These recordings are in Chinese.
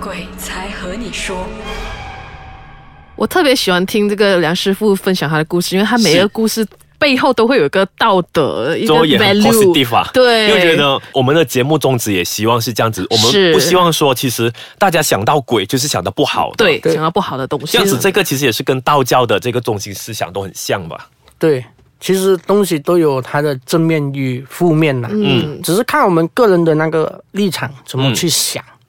鬼才和你说。我特别喜欢听这个梁师傅分享他的故事，因为他每是个故事背后都会有一个道德，一个周也很 value。 positive 啊，对因为觉得我们的节目宗旨也希望是这样子，我是们不希望说其实大家想到鬼就是想到不好的，对，对想到不好的东西，这样子这个其实也是跟道教的这个中心思想都很像吧，对，其实东西都有它的正面与负面呐、嗯只是看我们个人的那个立场怎么去想，嗯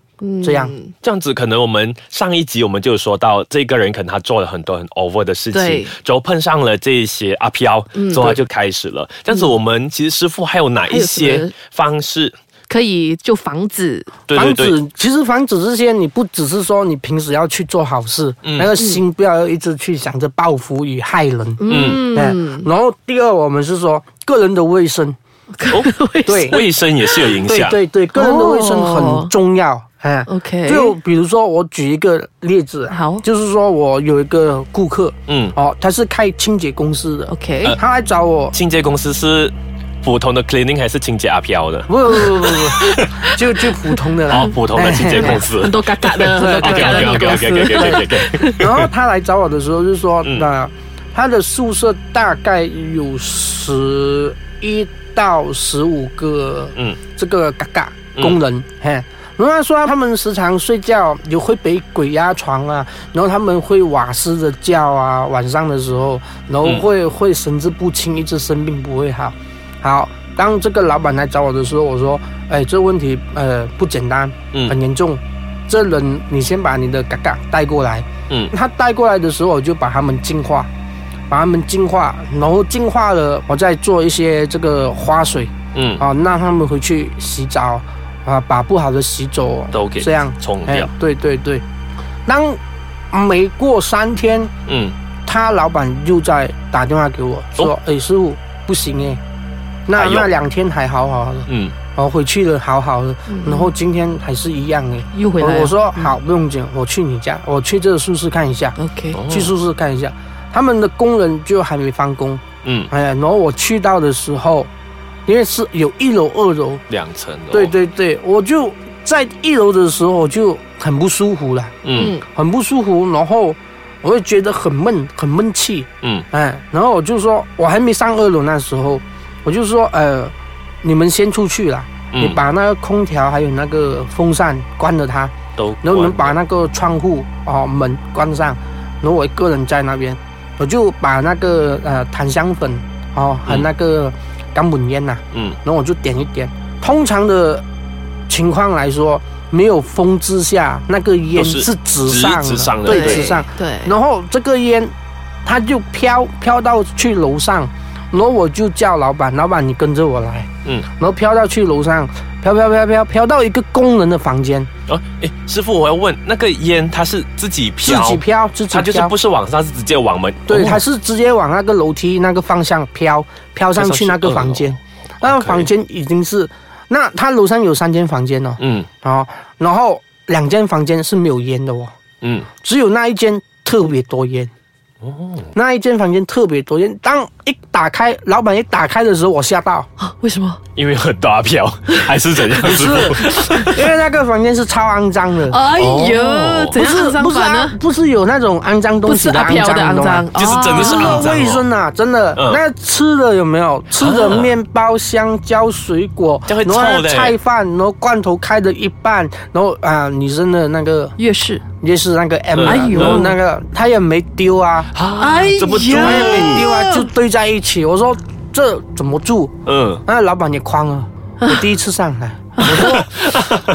这样这样子，可能我们上一集我们就有说到，这个人可能他做了很多很 over 的事情对，嗯之后碰上了这些阿飘，之后他就开始了。这样子，我们其实师傅还有哪一还有什么些方式？可以就防止对对防对，止其实防止这些，你不只是说你平时要去做好事，嗯那个心不要一直去想着报复与害人。嗯嗯，然后第二，我们是说个人的卫生，嗯 哦，对卫生也是有影对响。对对，个人的卫生很重要。哎、哦 OK 就比如说我举一个例子，啊好就是说我有一个顾客，嗯，呃哦，他是开清洁公司的 OK，、他来找我，清洁公司是普通的 cleaning 还是清洁阿飘的？不不不不不，就就普通的啦哦，。普通的清洁公司。很多嘎嘎 的，很多嘎 OK 嘎的 OK 那 OK 个 OK OK 公司， OK OK。然后他来找我的时候就说，嗯那、他的宿舍大概有十一到十五个，嗯这个嘎嘎嗯工人，嘿。然后他说他们时常睡觉有会被鬼压床啊，然后他们会瓦斯的叫啊，晚上的时候，然后嗯会、会神志不清，一直生病不会好。好，当这个老板来找我的时候，我说，哎，这问题呃不简单，很嗯严重。这人，你先把你的嘎嘎带过来。嗯他带过来的时候，我就把他们净化，把他们净化，然后净化了，我再做一些这个花水嗯，啊，让他们回去洗澡啊，把不好的洗走，都给这样哎冲掉。对对对。当没过三天，嗯，他老板又在打电话给我说：“哎、师傅，不行哎，那哦哎呦那两天还好好的，嗯哦，回去了好好的，嗯然后今天还是一样哎。”又回来了我我说好，不用紧，我去你家，我去这个宿舍看一下， OK，哦去宿舍看一下。他们的工人就还没放工，嗯，哎呀，然后我去到的时候，因为是有一楼、二楼，哦两层楼。对，对对，我就在一楼的时候我就很不舒服了，嗯嗯很不舒服，然后我会觉得很闷，很闷气，嗯哎，然后我就说，我还没上二楼那时候，我就说，呃，你们先出去啦，嗯，你把那个空调还有那个风扇关了它。都然后我们把关那个窗户哦门关上，然后我一个人在那边，我就把那个呃檀香粉哦和嗯那个冈本烟呐、嗯然后我就点一点。通常的情况来说，没有风之下，那个烟都是是直上的，直直上的对，对直上。对，然后这个烟，它就飘飘到去楼上，然后我就叫老板，老板你跟着我来，嗯，然后飘到去楼上，飘飘飘飘飘到一个工人的房间，哦，哎，师傅，我要问，那个烟它是自己自飘，己飘，自己它就飘，是不是往上，是直接往门，对，哦他是直接往那个楼梯那个方向飘，飘上去那个房哦间，那个房间已经是，那他楼上有三间房间哦，嗯哦，然后两间房间是没有烟的哦，嗯，只有那一间特别多烟，哦，那一间房间特别多烟。当一打开，老板一打开的时候，我吓 到，啊为什么？因为很大飘，还是怎样，师是傅？因为那个房间是超肮脏的，哎哦呦，怎呃不样是肮脏不是法啊呢？不是有那种肮脏东不西是的阿肮飘的脏，你肮懂吗脏，哦就是真的是肮不脏卫生啊，真的。哦嗯那吃的有没有？吃的面包、香蕉、水果，这样会然后臭的菜饭，然后罐头开的一半，然后啊、女生的那个越是，也是那个 M，、哎呦然后那个他也没丢啊，啊哎怎么住？他也没丢啊，呀就堆在一起。我说这怎么住？嗯，那老板也慌了，我第一次上来，我说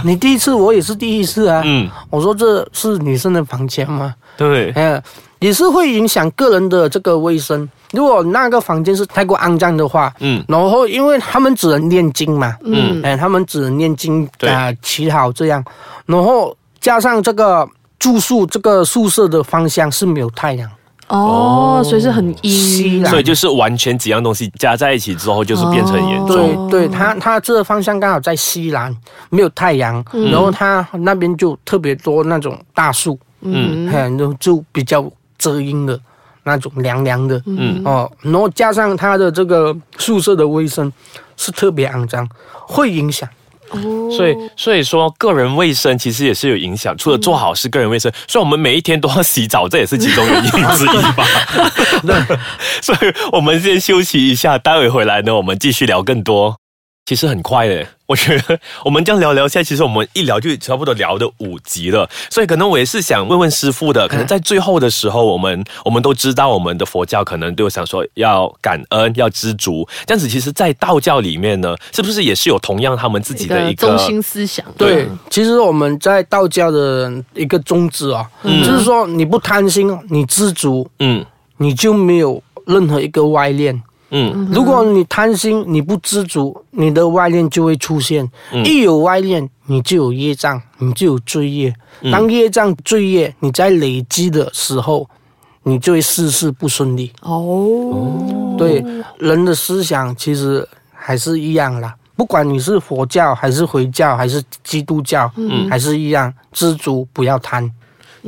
你第一次，我也是第一次啊。嗯我说这是女生的房间吗？对，嗯，也是会影响个人的这个卫生。如果那个房间是太过肮脏的话，嗯然后因为他们只能念经嘛，嗯哎，他们只能念经对啊、乞讨这样，然后加上这个住宿这个宿舍的方向是没有太阳，哦哦，所以是很阴西啦所以就是啊完全几样东西加在一起之后，就是变成严对、重。哦对，它它这个方向刚好在西南，没有太阳，然后它那边就特别多那种大树，嗯嗯，然后就比较遮阴的那种凉凉的，嗯哦，然后加上他的这个宿舍的卫生是特别肮脏，会影响哦所以，所以说个人卫生其实也是有影响。除了做好是个人卫生，所以我们每一天都要洗澡，这也是其中原因之一吧。 对，所以我们先休息一下，待会回来呢，我们继续聊更多。其实很快的， 我觉得我们这样聊聊下，其实我们一聊就差不多聊的五集了。所以可能我也是想问问师傅的，可能在最后的时候，我们我们都知道我们的佛教可能都有想说要感恩、要知足。这样子，其实，在道教里面呢，是不是也是有同样他们自己一的个一个中心思想，对，其实我们在道教的一个宗旨啊，嗯就是说你不贪心，你知足，嗯你就没有任何一个外恋。嗯如果你贪心，你不知足，你的外恋就会出现。嗯一有外恋，你就有业障，你就有罪业。嗯当业障、罪业你在累积的时候，你就会事事不顺利。哦，对，人的思想其实还是一样啦。不管你是佛教还是回教还是基督教，嗯，还是一样，知足不要贪。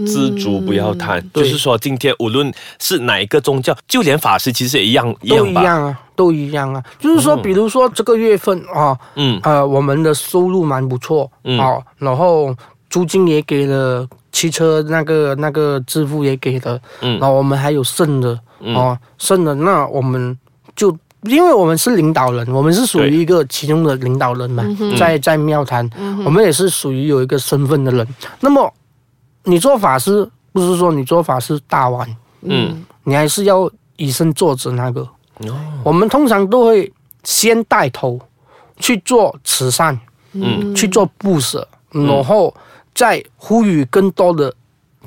知足不要贪，就是对说今天无论是哪一个宗教，就连法师其实也一样一都样一吧。样啊，都一样啊。就是说，比如说这个月份啊，嗯呃，我们的收入蛮不错，嗯哦，然后租金也给了，汽车那个那个支付也给了，嗯然后我们还有剩的，嗯哦，剩的那我们就。因为我们是领导人，我们是属于对嗯一个其中的领导人嘛，在在庙坛，我们也是属于有一个身份的人。那么，你做法师，不是说你做法师大碗，嗯你还是要以身作则那个。哦我们通常都会先带头去做慈善，嗯，去做布施，然后再呼吁更多的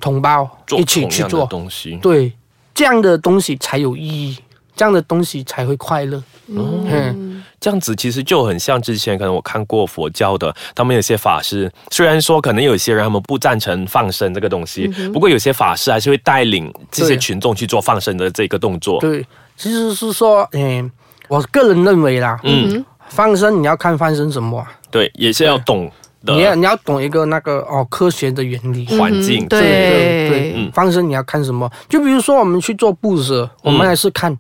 同胞做一起同去样的做。东西。对，这样的东西才有意义，这样的东西才会快乐。嗯，这样子其实就很像之前可能我看过佛教的，他们有些法师，虽然说可能有些人他们不赞成放生这个东西，不过有些法师还是会带领这些嗯对群众去做放生的这个动作。对，其实是说，嗯，我个人认为啦，嗯，放生你要看放生什么啊、对，也是要懂你要的你要懂一个那个哦科学的原理。环对境。嗯对对，嗯放生你要看什么？就比如说我们去做布施，我们还是看、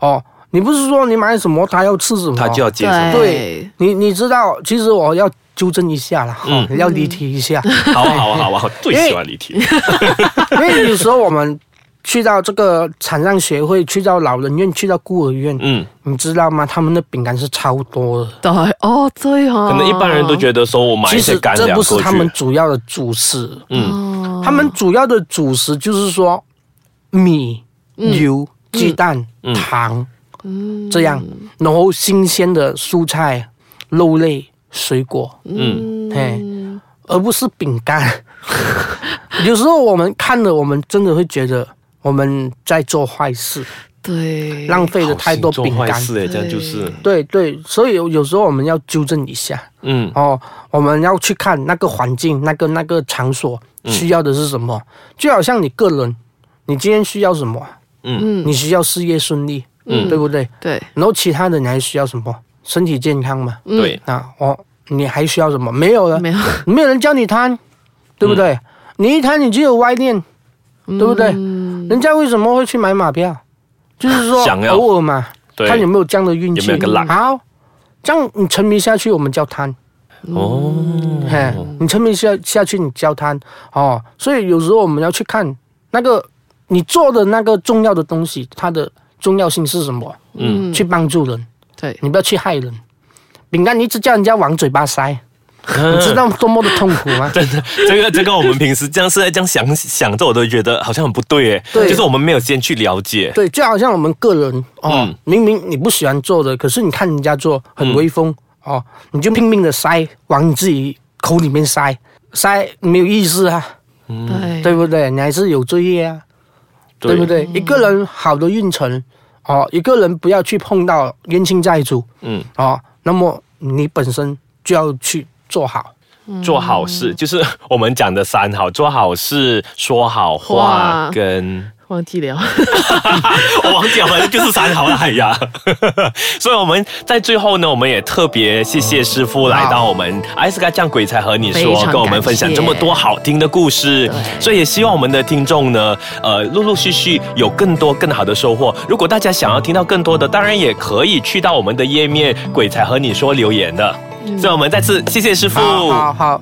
哦，你不是说你买什么他要吃什么，他就要接受。对对，你你知道，其实我要纠正一下了，哈、嗯要离题一下，好啊好啊好啊好啊，最喜欢离题。 因为有时候我们去到这个残障协会，去到老人院，去到孤儿院，嗯，你知道吗？他们的饼干是超多的。对，哦，对哦，可能一般人都觉得说我买哦其一些实干这粮不是过他们去，主要的主食，嗯哦，他们主要的主食就是说米、嗯油、鸡蛋、糖，这样，然后新鲜的蔬菜、肉类、水果，嗯嘿，而不是 饼干。有时候我们看了，我们真的会觉得我们在做坏事，对，浪费了太多好心饼做坏干。事哎，这样就是对对，所以有有时候我们要纠正一下。嗯哦，我们要去看那个环境、那个那个场所嗯需要的是什么。就好像你个人，你今天需要什么？嗯你需要事业顺利，嗯对不对？对，然后其他的你还需要什么？身体健康嘛。嗯对啊，哦，你还需要什么？没有了，没有，没有人教你贪，对不对？嗯你一贪，你就有歪念，对不对？嗯人家为什么会去买马票？就是说想要偶尔嘛，对看有没有这样的运有气。没有个浪好，这样你沉迷下去，我们叫贪。哦嘿，你沉迷下下去，你交摊哦。所以有时候我们要去看那个你做的那个重要的东西，它的重要性是什么？嗯，去帮助人，对，你不要去害人。饼干，你一直叫人家往嘴巴塞，嗯你知道多么的痛苦 吗？真的，这个这个我们平时这样是在这样想想着，我都觉得好像很不对哎。对就是我们没有先去了解。对，就好像我们个人哦，嗯明明你不喜欢做的，可是你看人家做很威嗯风、哦，你就拼命的塞，往你自己口里面塞，塞没有意思啊，嗯对，对不对？你还是有罪业啊。对不？对？一个人好的运程，哦，一个人不要去碰到冤亲债主，嗯，哦，那么你本身就要去做好，做好事就是我们讲的三好：做好事、说好话话跟。忘记了， 我忘记了，反正就是三好了。哎呀， 所以我们在最后呢，我们也特别谢谢师傅来到我们艾斯卡酱鬼才和你非说，常跟我们分享感谢这么多好听的故事。所以也希望我们的听众呢，呃，陆陆续续有更多更好的收获。如果大家想要听到更多的，当然也可以去到我们的页面“鬼才和你说”留言的。所以我们再次谢谢师傅。好好好，